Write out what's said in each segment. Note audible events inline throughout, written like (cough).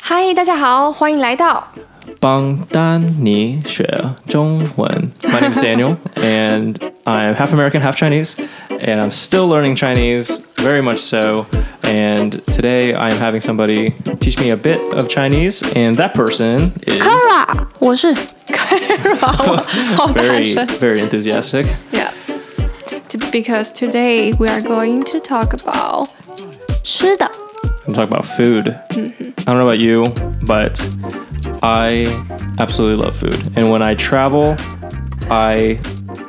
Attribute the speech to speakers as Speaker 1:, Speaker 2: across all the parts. Speaker 1: 嗨，大家好，欢迎来到。
Speaker 2: 帮丹尼学中文 My name is Daniel, and I'm half American, half Chinese, and I'm still learning Chinese, very much so. And today I am having somebody teach me a bit of Chinese, and that person is
Speaker 1: 啦，我是 Kara，我好大
Speaker 2: very,
Speaker 1: 声。
Speaker 2: very enthusiastic.
Speaker 1: Yeah, because today we are going to talk about 吃的。
Speaker 2: and talk about food. I don't know about you, but I absolutely love food. And when I travel, I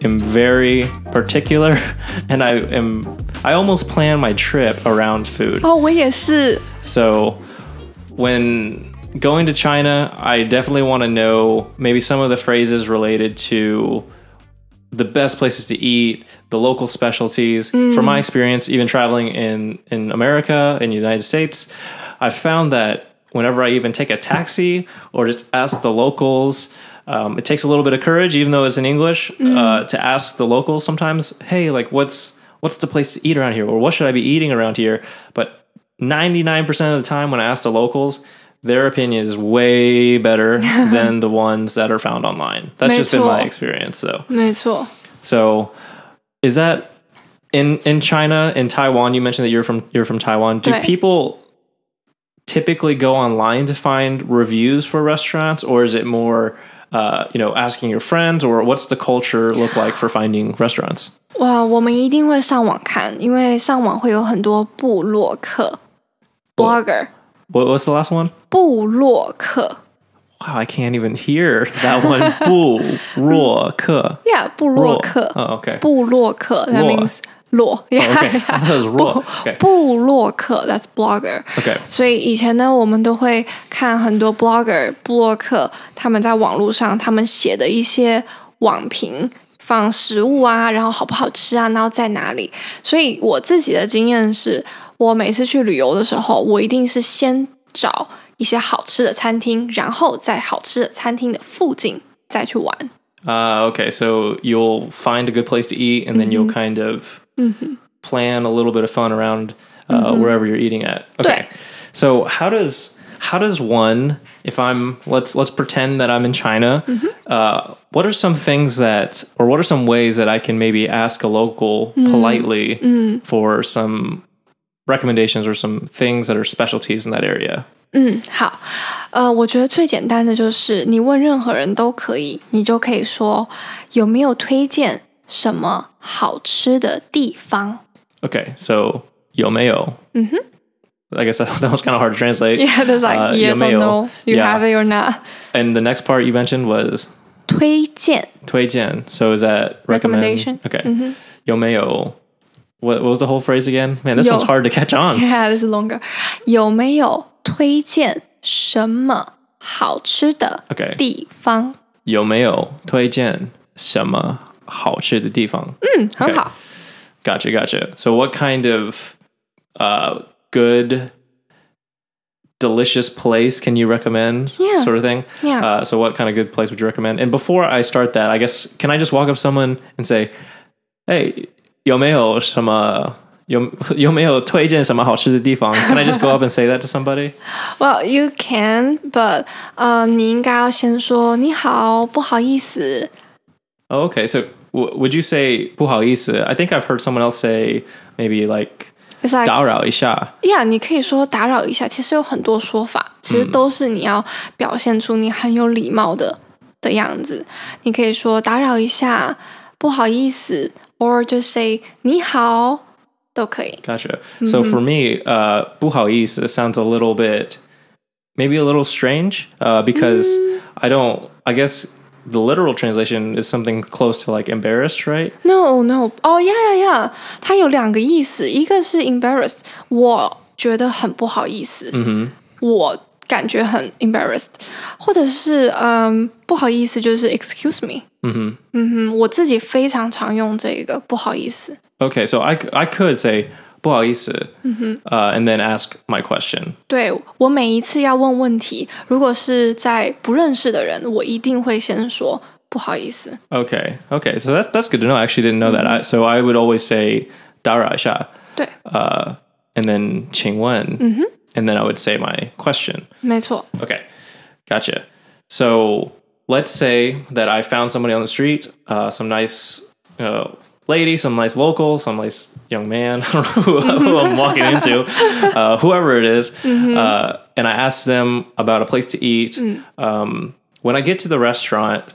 Speaker 2: am very particular (laughs) and I am I almost plan my trip around food.
Speaker 1: 哦，我也是。
Speaker 2: So when going to China, I definitely want to know maybe some of the phrases related to the best places to eat, the local specialties. From my experience, even traveling in in America, in the United States, I found that whenever I even take a taxi or just ask the locals. Um, it takes a little bit of courage, even though it's in English, uh, to ask the locals sometimes, "Hey, like, what's what's the place to eat around here, or what should I be eating around here?" But 99% of the time when I ask the locals, their opinion is
Speaker 1: (laughs)
Speaker 2: way better than the ones that are found online. That's just been my
Speaker 1: Mutual.
Speaker 2: experience though.
Speaker 1: 没错，
Speaker 2: So is that in in China, in Taiwan, you mentioned that you're from you're from Taiwan. Do
Speaker 1: Right.
Speaker 2: people typically go online to find reviews for restaurants or is it more uh, you know, asking your friends or what's the culture look like for finding restaurants?
Speaker 1: 哇，我们一定会上网看，因为上网会有很多部落客 blogger，
Speaker 2: What was the last one?
Speaker 1: 部落客
Speaker 2: Wow, I can't even hear that one. Boo, raw, ke.
Speaker 1: ，yeah，部落客
Speaker 2: Oh, okay.
Speaker 1: 部落客，that
Speaker 2: 落
Speaker 1: means 落 (laughs)
Speaker 2: 哦
Speaker 1: ，yeah，
Speaker 2: ，OK，
Speaker 1: yeah，
Speaker 2: I thought it was
Speaker 1: 部 (laughs)
Speaker 2: (laughs) raw，OK
Speaker 1: 部落客，that's blogger。
Speaker 2: Okay.
Speaker 1: 所以以前呢，我们都会看很多 blogger 部落客他们在网络上他们写的一些网评，放食物啊，然后好不好吃啊，然后在哪里。所以我自己的经验是，我每次去旅游的时候，我一定是先找一些好吃的餐厅，然后在好吃的餐厅的附近再去玩。
Speaker 2: Uh, okay. So you'll find a good place to eat, and then you'll kind of plan a little bit of fun around uh, wherever you're eating at. Okay. So how does how does one if I'm let's let's pretend that I'm in China. Uh, what are some things that, or what are some ways that I can maybe ask a local politely for some recommendations or some things that are specialties in that area?
Speaker 1: 嗯，好，呃，我觉得最简单的就是你问任何人都可以，你就可以说有没有推荐什么好吃的地方。
Speaker 2: Okay, so yo mayo.
Speaker 1: Mhm.
Speaker 2: I guess (laughs) that, that was kind of hard to
Speaker 1: (laughs)
Speaker 2: translate.
Speaker 1: Yeah, that's like
Speaker 2: Uh,
Speaker 1: yes or
Speaker 2: 有没有
Speaker 1: no, you
Speaker 2: Yeah.
Speaker 1: have it or not.
Speaker 2: And the next part you mentioned was
Speaker 1: 推荐
Speaker 2: 推荐. So is that recommend?
Speaker 1: Recommendation. 嗯 Mm-hmm.
Speaker 2: Okay. Yo mayo. What, what was the whole phrase again? Man, this
Speaker 1: Yo.
Speaker 2: one's hard to catch
Speaker 1: (laughs) (laughs)
Speaker 2: on.
Speaker 1: yeah, this is longer. 有没有推荐什么好吃的
Speaker 2: Okay.
Speaker 1: 地方？
Speaker 2: Yo mayo. 推荐什么好吃的地方?
Speaker 1: 嗯，很
Speaker 2: Okay.
Speaker 1: 好。
Speaker 2: Gotcha, gotcha. So what kind of uh, good, delicious place can you recommend?
Speaker 1: Yeah.
Speaker 2: Sort of thing.
Speaker 1: Yeah.
Speaker 2: Uh, so what kind of good place would you recommend? And before I start that, I guess can I just walk up to someone and say, "Hey, 有没有什么有有没有推荐什么好吃的地方?" Can I just go up and say that
Speaker 1: (laughs)
Speaker 2: to somebody?
Speaker 1: Well, you can, but 呃，你应该要先说你好，不好意思。
Speaker 2: Oh, okay. So w- would you say 不好意思? I think I've heard someone else say maybe like
Speaker 1: It's like
Speaker 2: 打扰一下.
Speaker 1: Yeah，你可以说打扰一下，其实有很多说法，其实都是你要表现出你很有礼貌的的样子。你可以说打扰一下，不好意思，or just say 你好，都可以。
Speaker 2: Gotcha. So for me, uh, 不好意思 sounds a little bit, maybe a little strange, uh, because I don't, I guess the literal translation is something close to like embarrassed, right?
Speaker 1: No no，哦呀呀呀，它有两个意思，一个是 embarrassed，我觉得很不好意思，
Speaker 2: Mm-hmm.
Speaker 1: 我感觉很 embarrassed，或者是嗯不好意思，就是 excuse me，
Speaker 2: Mm-hmm.
Speaker 1: 嗯哼，我自己非常常用这个不好意思。
Speaker 2: Okay, so I, c- I could say 不好意思 uh, and then ask my question.
Speaker 1: 对我每一次要问问题，如果是在不认识的人，我一定会先说不好意思。
Speaker 2: Okay, okay. So that's, that's good to know. I actually didn't know that. I, so I would always say 打扰一下
Speaker 1: 对
Speaker 2: uh, and then 请问
Speaker 1: Mhm.
Speaker 2: and then I would say my question.
Speaker 1: 没错，
Speaker 2: Okay, gotcha. So let's say that I found somebody on the street, uh, some nice uh, lady, some nice local, some nice young man, (laughs) I don't know who, who I'm walking into, uh, whoever it is, uh, and I asked them about a place to eat. Um, when I get to the restaurant,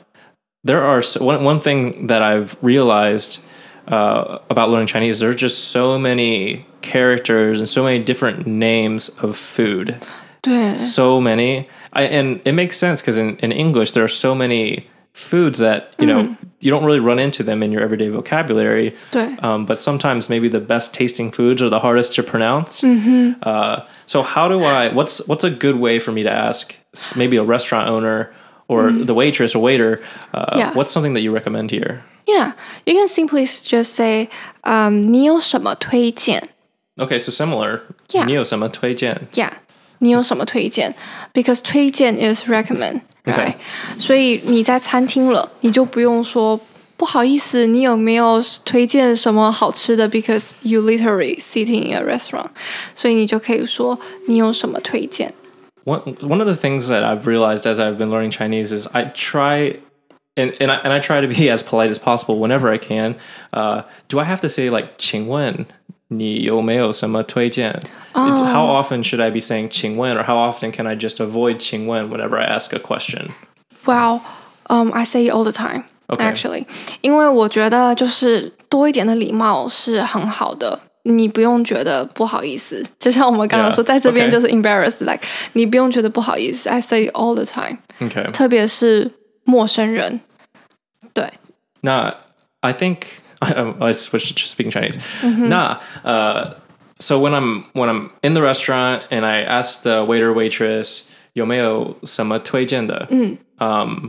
Speaker 2: there are so, one, one thing that I've realized uh, about learning Chinese. There are just so many characters and so many different names of food
Speaker 1: 对
Speaker 2: so many I, and it makes sense because in, in english there are so many foods that you know
Speaker 1: Mm-hmm.
Speaker 2: you don't really run into them in your everyday vocabulary
Speaker 1: 对
Speaker 2: um, but sometimes maybe the best tasting foods are the hardest to pronounce
Speaker 1: Mm-hmm.
Speaker 2: uh, so how do i what's what's a good way for me to ask s- maybe a restaurant owner or the waitress or waiter uh,
Speaker 1: Mm-hmm. Yeah.
Speaker 2: what's something that you recommend here
Speaker 1: ，Yeah, you can simply just say, um, 你有什么推荐
Speaker 2: okay so similar
Speaker 1: Yeah.
Speaker 2: neo-sama tuijian
Speaker 1: ？Yeah, 你有什么推荐？Because 推荐 is recommend, right?
Speaker 2: Okay.
Speaker 1: 所以你在餐厅了，你就不用说不好意思，你有没有推荐什么好吃的？Because you literally sitting in a restaurant，所以你就可以说你有什么推荐？
Speaker 2: one one of the things that I've realized as I've been learning Chinese is I try and and I, and I try to be (laughs) as polite as possible whenever I can. Uh, do I have to say like 请问你有没有什么推荐? Oh. How often should I be saying 请问 or how often can I just avoid 请问 whenever I ask a question?
Speaker 1: Well, um, I say it all the time.
Speaker 2: Okay.
Speaker 1: Actually，因为我觉得就是多一点的礼貌是很好的，你不用觉得不好意思。就像我们刚刚
Speaker 2: Yeah,
Speaker 1: 说，在这边
Speaker 2: okay.
Speaker 1: 就是 embarrassed，like 你不用觉得不好意思。I say it all the time，
Speaker 2: Okay.
Speaker 1: 特别是陌生人。对
Speaker 2: Nah, I think (laughs) I, I I switched to just speaking Chinese. Nah, uh, so when I'm when I'm in the restaurant and I ask the waiter waitress 有没有什么推荐的, um,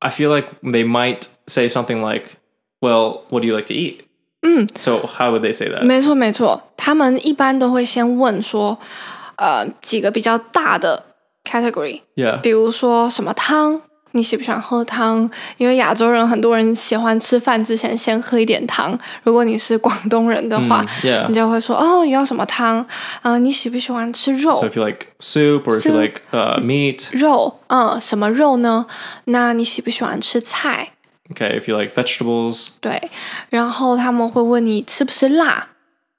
Speaker 2: I feel like they might say something like, "Well, what do you like to eat?" So how would they say that?
Speaker 1: 没错没错，他们一般都会先问说，呃，几个比较大的 category，
Speaker 2: yeah,
Speaker 1: 比如说什么汤，你喜不喜欢喝汤？因为亚洲人很多人喜欢吃饭之前先喝一点汤。如果你是广东人的话，
Speaker 2: yeah.
Speaker 1: 你就会说哦，你要什么汤？嗯、你喜不喜欢吃肉
Speaker 2: So if you like soup or if you
Speaker 1: Soup.
Speaker 2: like uh, meat,
Speaker 1: 肉，嗯，什么肉呢？那你喜不喜欢吃菜？
Speaker 2: okay. If you like vegetables,
Speaker 1: 对，然后他们会问你吃不吃辣，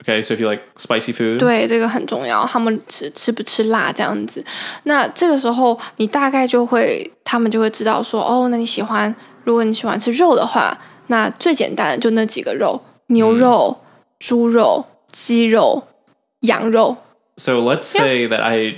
Speaker 2: okay. So if you like spicy food,
Speaker 1: 对，这个很重要。他们吃吃不吃辣这样子，那这个时候你大概就会，他们就会知道说，哦，那你喜欢，如果你喜欢吃肉的话，那最简单的就那几个肉：牛肉、猪肉、鸡肉、羊肉。
Speaker 2: so let's say that I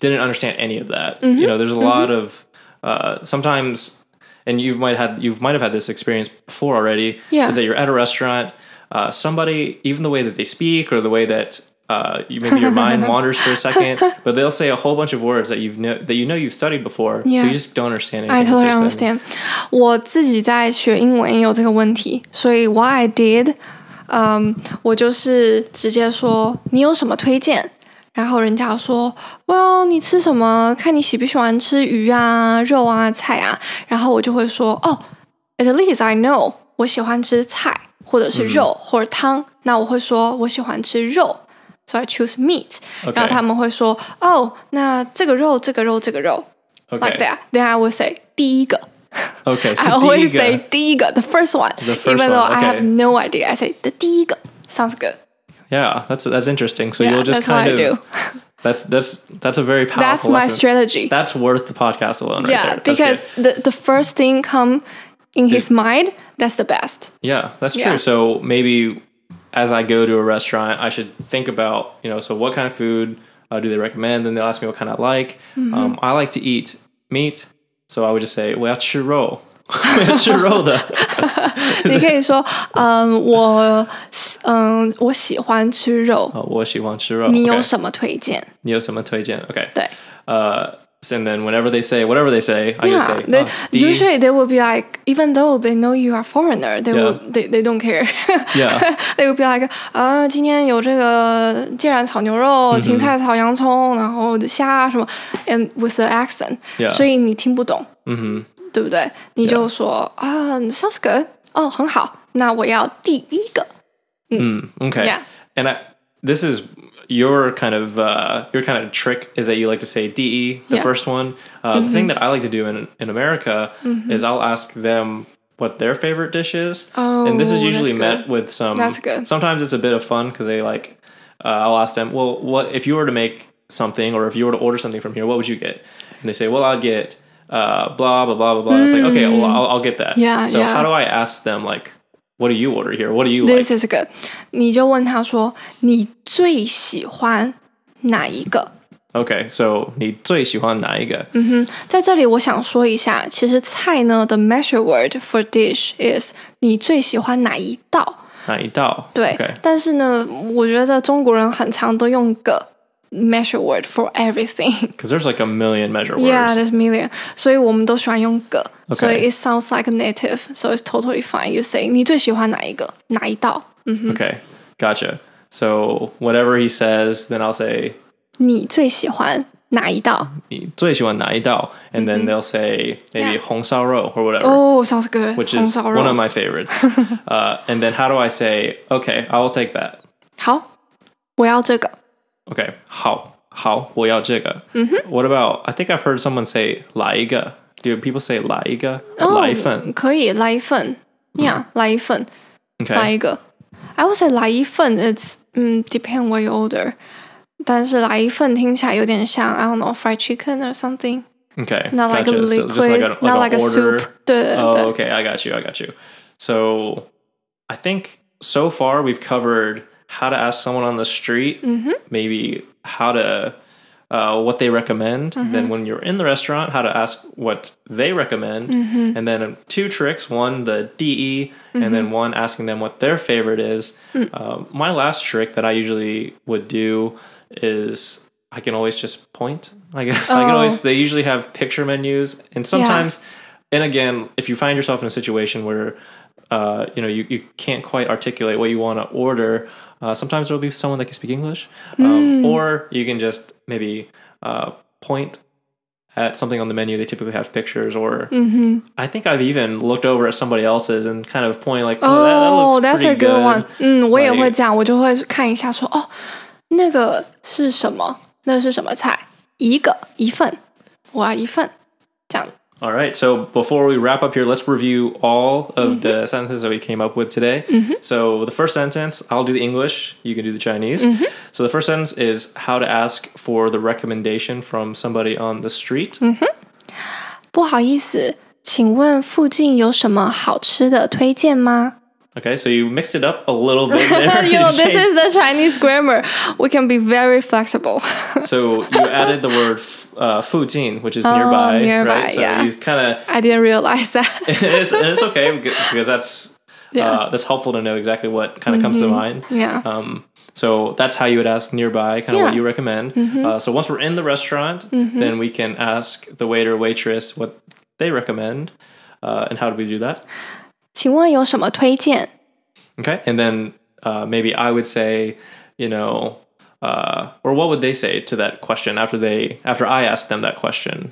Speaker 2: didn't understand any of that.
Speaker 1: Mm-hmm.
Speaker 2: You know, there's a lot of uh, sometimes, and you might had you might have had this experience before already.
Speaker 1: Yeah.
Speaker 2: Is that you're at a restaurant, uh, somebody even the way that they speak or the way that uh, you, maybe
Speaker 1: (laughs)
Speaker 2: your mind wanders for a second, but they'll say a whole bunch of words that you've know that you know you've studied before. but
Speaker 1: Yeah.
Speaker 2: you just don't understand.
Speaker 1: I
Speaker 2: anything that
Speaker 1: totally
Speaker 2: they're saying.
Speaker 1: understand。我自己在学英文也有这个问题，所以 what I did，嗯、我就是直接说你有什么推荐，然后人家说 Well，你吃什么？看你喜不喜欢吃鱼啊、肉啊、菜啊，然后我就会说哦、a t least I know 我喜欢吃菜或者是肉、或者汤，那我会说我喜欢吃肉。So I choose meat，、然后
Speaker 2: Okay.
Speaker 1: 他们会说哦，那这个肉，这个肉，这个肉，
Speaker 2: Okay.
Speaker 1: like that. Then I would say 第一个.
Speaker 2: Okay. (laughs) So
Speaker 1: I always
Speaker 2: diga.
Speaker 1: say 第一个, the first one.
Speaker 2: The first
Speaker 1: Even though
Speaker 2: one,
Speaker 1: I have
Speaker 2: okay.
Speaker 1: no idea, I say the 第一个. Sounds good.
Speaker 2: yeah, that's that's interesting. So
Speaker 1: Yeah,
Speaker 2: you'll just
Speaker 1: that's what
Speaker 2: kind
Speaker 1: I
Speaker 2: (laughs)
Speaker 1: do.
Speaker 2: of that's that's that's a very powerful.
Speaker 1: That's my
Speaker 2: lesson.
Speaker 1: strategy.
Speaker 2: That's worth the podcast alone, right
Speaker 1: yeah,
Speaker 2: there. That's good.
Speaker 1: because the, the first thing come in his mind, that's the
Speaker 2: (laughs)
Speaker 1: best.
Speaker 2: Yeah, that's true.
Speaker 1: Yeah.
Speaker 2: So maybe as I go to a restaurant, I should think about, you know, so what kind of food uh, do they recommend? Then they'll ask me what kind I like.
Speaker 1: Mm-hmm.
Speaker 2: Um, I like to eat meat. So I would just say, well, (laughs) churro.
Speaker 1: (laughs)
Speaker 2: churro the
Speaker 1: 你可以说，嗯，我，嗯，我喜欢吃肉，
Speaker 2: 我喜欢吃肉.
Speaker 1: 你有
Speaker 2: Oh, Okay.
Speaker 1: 什么推荐？
Speaker 2: 你有什么推荐? Okay.
Speaker 1: 对
Speaker 2: Uh, and then whenever they say, whatever they say, I just
Speaker 1: ，Yeah,
Speaker 2: say,
Speaker 1: they,
Speaker 2: "Oh, the-"
Speaker 1: usually they will be like, even though they know you are foreigner, they will
Speaker 2: Yeah.
Speaker 1: they they don't care.
Speaker 2: (laughs) yeah,
Speaker 1: (laughs) they would be like 啊，今天有这个芥蓝炒牛肉、芹菜炒洋葱，然后虾啊什么，and with the accent，、
Speaker 2: Yeah.
Speaker 1: 所以你听不懂，嗯
Speaker 2: Mm-hmm.
Speaker 1: 哼，对不对？你就说啊、s o u n d s good，哦，很好，那我要第一个
Speaker 2: Mm, okay.
Speaker 1: Yeah.
Speaker 2: And I, this is your kind of uh, your kind of trick is that you like to say de the
Speaker 1: Yeah. Mm-hmm.
Speaker 2: first one. Uh, The thing that I like to do in in America is I'll ask them what their favorite dish is, and this is
Speaker 1: Oh,
Speaker 2: usually
Speaker 1: that's
Speaker 2: met
Speaker 1: good.
Speaker 2: with some.
Speaker 1: That's good.
Speaker 2: Sometimes it's a bit of fun because they like. Uh, I'll ask them, well, what if you were to make something or if you were to order something from here, what would you get? And they say, well, I'd get uh, blah blah blah blah blah. It's like okay, well, I'll, I'll get that.
Speaker 1: Mm. Yeah,
Speaker 2: So
Speaker 1: yeah.
Speaker 2: how do I ask them like, what do you order here? What do you like?
Speaker 1: This is good. 你就问他说你最喜欢哪一个？
Speaker 2: Okay, so 你最喜欢哪一个？
Speaker 1: 在这里，我想说一下，其实菜呢，the measure word for dish is 你最喜欢哪一道？
Speaker 2: 哪一道？
Speaker 1: 对
Speaker 2: Okay.
Speaker 1: 但是呢，我觉得中国人很常都用个 measure word for everything。
Speaker 2: Because there's like a million measure words.
Speaker 1: (laughs) Yeah, there's million. 所以我们都喜欢用个
Speaker 2: Okay.
Speaker 1: 所以 it sounds like a native, so it's totally fine. You say 你最喜欢哪一个哪一道？
Speaker 2: Okay, gotcha. So whatever he says, then I'll say
Speaker 1: 你最喜欢哪一道
Speaker 2: 你最喜欢哪一道? And then they'll say
Speaker 1: Mm-hmm.
Speaker 2: maybe
Speaker 1: Yeah.
Speaker 2: 红烧肉 or whatever,
Speaker 1: ？Oh, sounds good.
Speaker 2: which
Speaker 1: 红
Speaker 2: is
Speaker 1: 烧
Speaker 2: one
Speaker 1: 肉
Speaker 2: of
Speaker 1: (laughs)
Speaker 2: my favorites. uh, and then how do I say, okay, I will take that.
Speaker 1: 好，我要这个。
Speaker 2: Okay, 好,好,我要这个.
Speaker 1: Mm-hmm.
Speaker 2: What about, I think I've heard someone say 来一个. Do people say 来一个? or
Speaker 1: Oh,
Speaker 2: 来一份?
Speaker 1: 可以来一份，Yeah，、来一份，来
Speaker 2: Okay,
Speaker 1: 一个。I would say 来一份，it's 嗯，depend what you order，但是来一份听起来有点像 I don't know fried chicken or something。
Speaker 2: okay.
Speaker 1: Not like a
Speaker 2: gotcha. So
Speaker 1: liquid,
Speaker 2: just like an-
Speaker 1: not
Speaker 2: like
Speaker 1: like
Speaker 2: an
Speaker 1: a
Speaker 2: order.
Speaker 1: soup. 对对对
Speaker 2: Oh, okay. I got you. I got you. So I think so far we've covered how to ask someone on the street, maybe how to, uh, what they recommend. Then when you're in the restaurant, how to ask what they recommend. And then two tricks one, the DE, and then one, asking them what their favorite is. Um, my last trick that I usually would do is. I can always just point. I guess (laughs) I can
Speaker 1: Oh.
Speaker 2: always. They usually have picture menus, and sometimes and again, if you find yourself in a situation where uh, you know you, you can't quite articulate what you want to order, uh, sometimes there will be someone that can speak English,
Speaker 1: Mm.
Speaker 2: um, or you can just maybe uh, point at something on the menu. They typically have pictures, or
Speaker 1: Mm-hmm.
Speaker 2: I think I've even looked over at somebody else's and kind of point like, "Oh, that, that
Speaker 1: Oh,
Speaker 2: looks
Speaker 1: that's a
Speaker 2: pretty
Speaker 1: good one. 嗯，我也
Speaker 2: Like-
Speaker 1: 会这样，我就会看一下说，哦，那个是什么？那是什么菜？一个一份，我要一份，这样。
Speaker 2: All right. So before we wrap up here, let's review all
Speaker 1: Mm-hmm.
Speaker 2: of the sentences that we came up with today. So the first sentence, I'll do the English, you can do the Chinese.
Speaker 1: Mm-hmm.
Speaker 2: So the first sentence is how to ask for the recommendation from somebody on the street.
Speaker 1: Mm. 不好意思，请问附近有什么好吃的推荐吗
Speaker 2: Okay, so you mixed it up a little
Speaker 1: (laughs)
Speaker 2: bit there. (laughs)
Speaker 1: ？You know,
Speaker 2: You
Speaker 1: this
Speaker 2: changed-
Speaker 1: is the Chinese grammar. We can be very flexible. (laughs)
Speaker 2: so you added the word f- uh, "附近," which is nearby,
Speaker 1: Oh, nearby,
Speaker 2: right? So
Speaker 1: yeah.
Speaker 2: you kind of
Speaker 1: I didn't realize
Speaker 2: (laughs)
Speaker 1: that.
Speaker 2: and (laughs) it's, and it's okay because that's
Speaker 1: Yeah. Mm-hmm.
Speaker 2: uh, that's helpful to know exactly what kind of comes to mind.
Speaker 1: Yeah.
Speaker 2: Um, so that's how you would ask nearby, kind of what
Speaker 1: Yeah.
Speaker 2: you recommend. Uh, so once we're in the restaurant, then we can ask the waiter waitress what they recommend, uh, and how do we do that?
Speaker 1: 请问有什么推荐？
Speaker 2: Okay, and then uh, maybe I would say, you know, uh, or what would they say to that question after they after I asked them that question?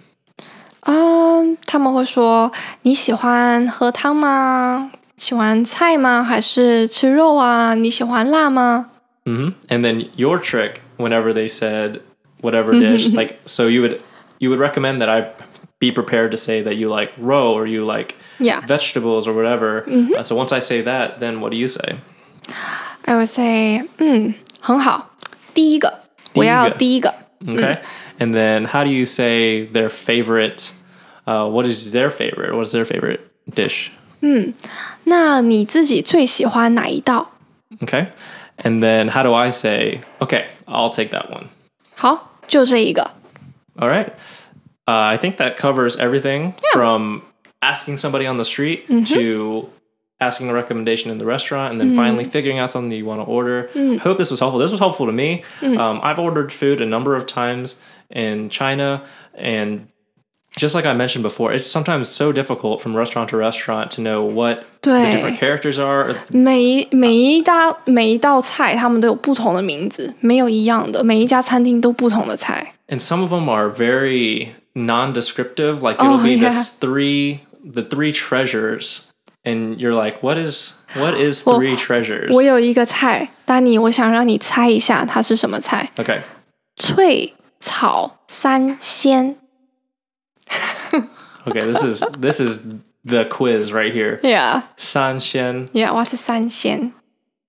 Speaker 1: 嗯，Um, 他们会说你喜欢喝汤吗？喜欢菜吗？还是吃肉啊？你喜欢辣吗？
Speaker 2: hmm And then your trick, whenever they said whatever dish, like so you would you would recommend that I be prepared to say that you like roe or you like
Speaker 1: Yeah.
Speaker 2: vegetables or whatever. Uh, so once I say that, then what do you say?
Speaker 1: I would say，嗯，很好。第一个，
Speaker 2: 第
Speaker 1: 我
Speaker 2: 一个
Speaker 1: 要第一个。
Speaker 2: Okay. And then how do you say their favorite? Uh, what is their favorite? What is their favorite dish?
Speaker 1: 那你自己最喜欢哪一道？
Speaker 2: Okay. And then how do I say? Okay, I'll take that one.
Speaker 1: 好，就这一个。
Speaker 2: All right. Uh, I think that covers everything from asking somebody on the street to asking a recommendation in the restaurant and then finally figuring out something that you want to order. I hope this was helpful. This was helpful to me. Um, I've ordered food a number of times in China and just like I mentioned before, it's sometimes so difficult from restaurant to restaurant to know what the
Speaker 1: Right.
Speaker 2: different characters are.
Speaker 1: 每一每一道每一道菜，他们都有不同的名字，没有一样的。每一家餐厅都不同的菜。
Speaker 2: and some of them are very nondescriptive like it'll
Speaker 1: Oh,
Speaker 2: be
Speaker 1: yeah.
Speaker 2: this three the three treasures and you're like, what is what is
Speaker 1: Well,
Speaker 2: three treasures?
Speaker 1: 我有一个菜，丹尼，我想让你猜一下它是什么菜？
Speaker 2: Okay.
Speaker 1: 脆炒三鲜。
Speaker 2: Okay, this is this is the quiz right here.
Speaker 1: Yeah,
Speaker 2: San Shen.
Speaker 1: yeah. What's 三鲜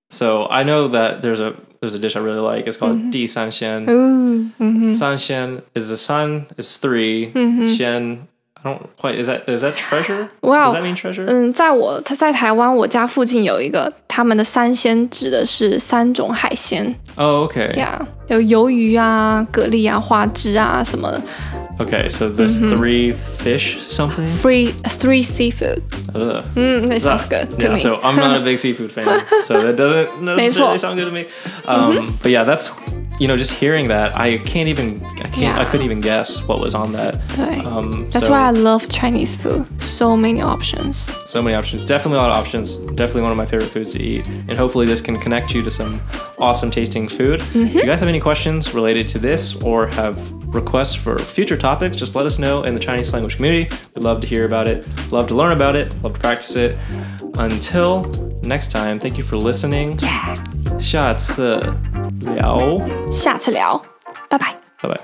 Speaker 2: So I know that there's a there's a dish I really like. It's called
Speaker 1: Mm-hmm.
Speaker 2: Di San Shen. 嗯
Speaker 1: Ooh, mhm.
Speaker 2: San Shen is the sun is 3 Shen I don't quite is that is that treasure?
Speaker 1: Mm-hmm. Wow. Uh,
Speaker 2: Does that mean treasure?
Speaker 1: 嗯，在我他在台湾，我家附近有一个，他们的三鲜指的是三种海鲜
Speaker 2: Oh, okay.
Speaker 1: ，Yeah，有鱿鱼啊、蛤蜊啊、花枝啊什么的
Speaker 2: Okay, so there's
Speaker 1: Mm-hmm.
Speaker 2: three fish something.
Speaker 1: ，Three three seafood，
Speaker 2: Ugh.
Speaker 1: 嗯，That sounds
Speaker 2: Ah,
Speaker 1: good to
Speaker 2: Yeah,
Speaker 1: me。
Speaker 2: so I'm not a big seafood fan, so that
Speaker 1: (laughs)
Speaker 2: doesn't necessarily sound good to me.
Speaker 1: mm-hmm.
Speaker 2: Um, But yeah, that's you know just hearing that I can't even I can't I
Speaker 1: Yeah.
Speaker 2: couldn't even guess what was on that.
Speaker 1: 对
Speaker 2: Um,
Speaker 1: That's
Speaker 2: so,
Speaker 1: why I love Chinese food. So many options.
Speaker 2: so many options. Definitely a lot of options. Definitely one of my favorite foods to eat. And hopefully this can connect you to some awesome tasting food. If you guys have any questions related to this or have requests for future topics, just let us know in the Chinese language community. We'd love to hear about it, love to learn about it, love to practice it. Until next time, thank you for listening.
Speaker 1: Yeah.
Speaker 2: 下次聊，
Speaker 1: 下次聊，拜拜。
Speaker 2: 拜拜。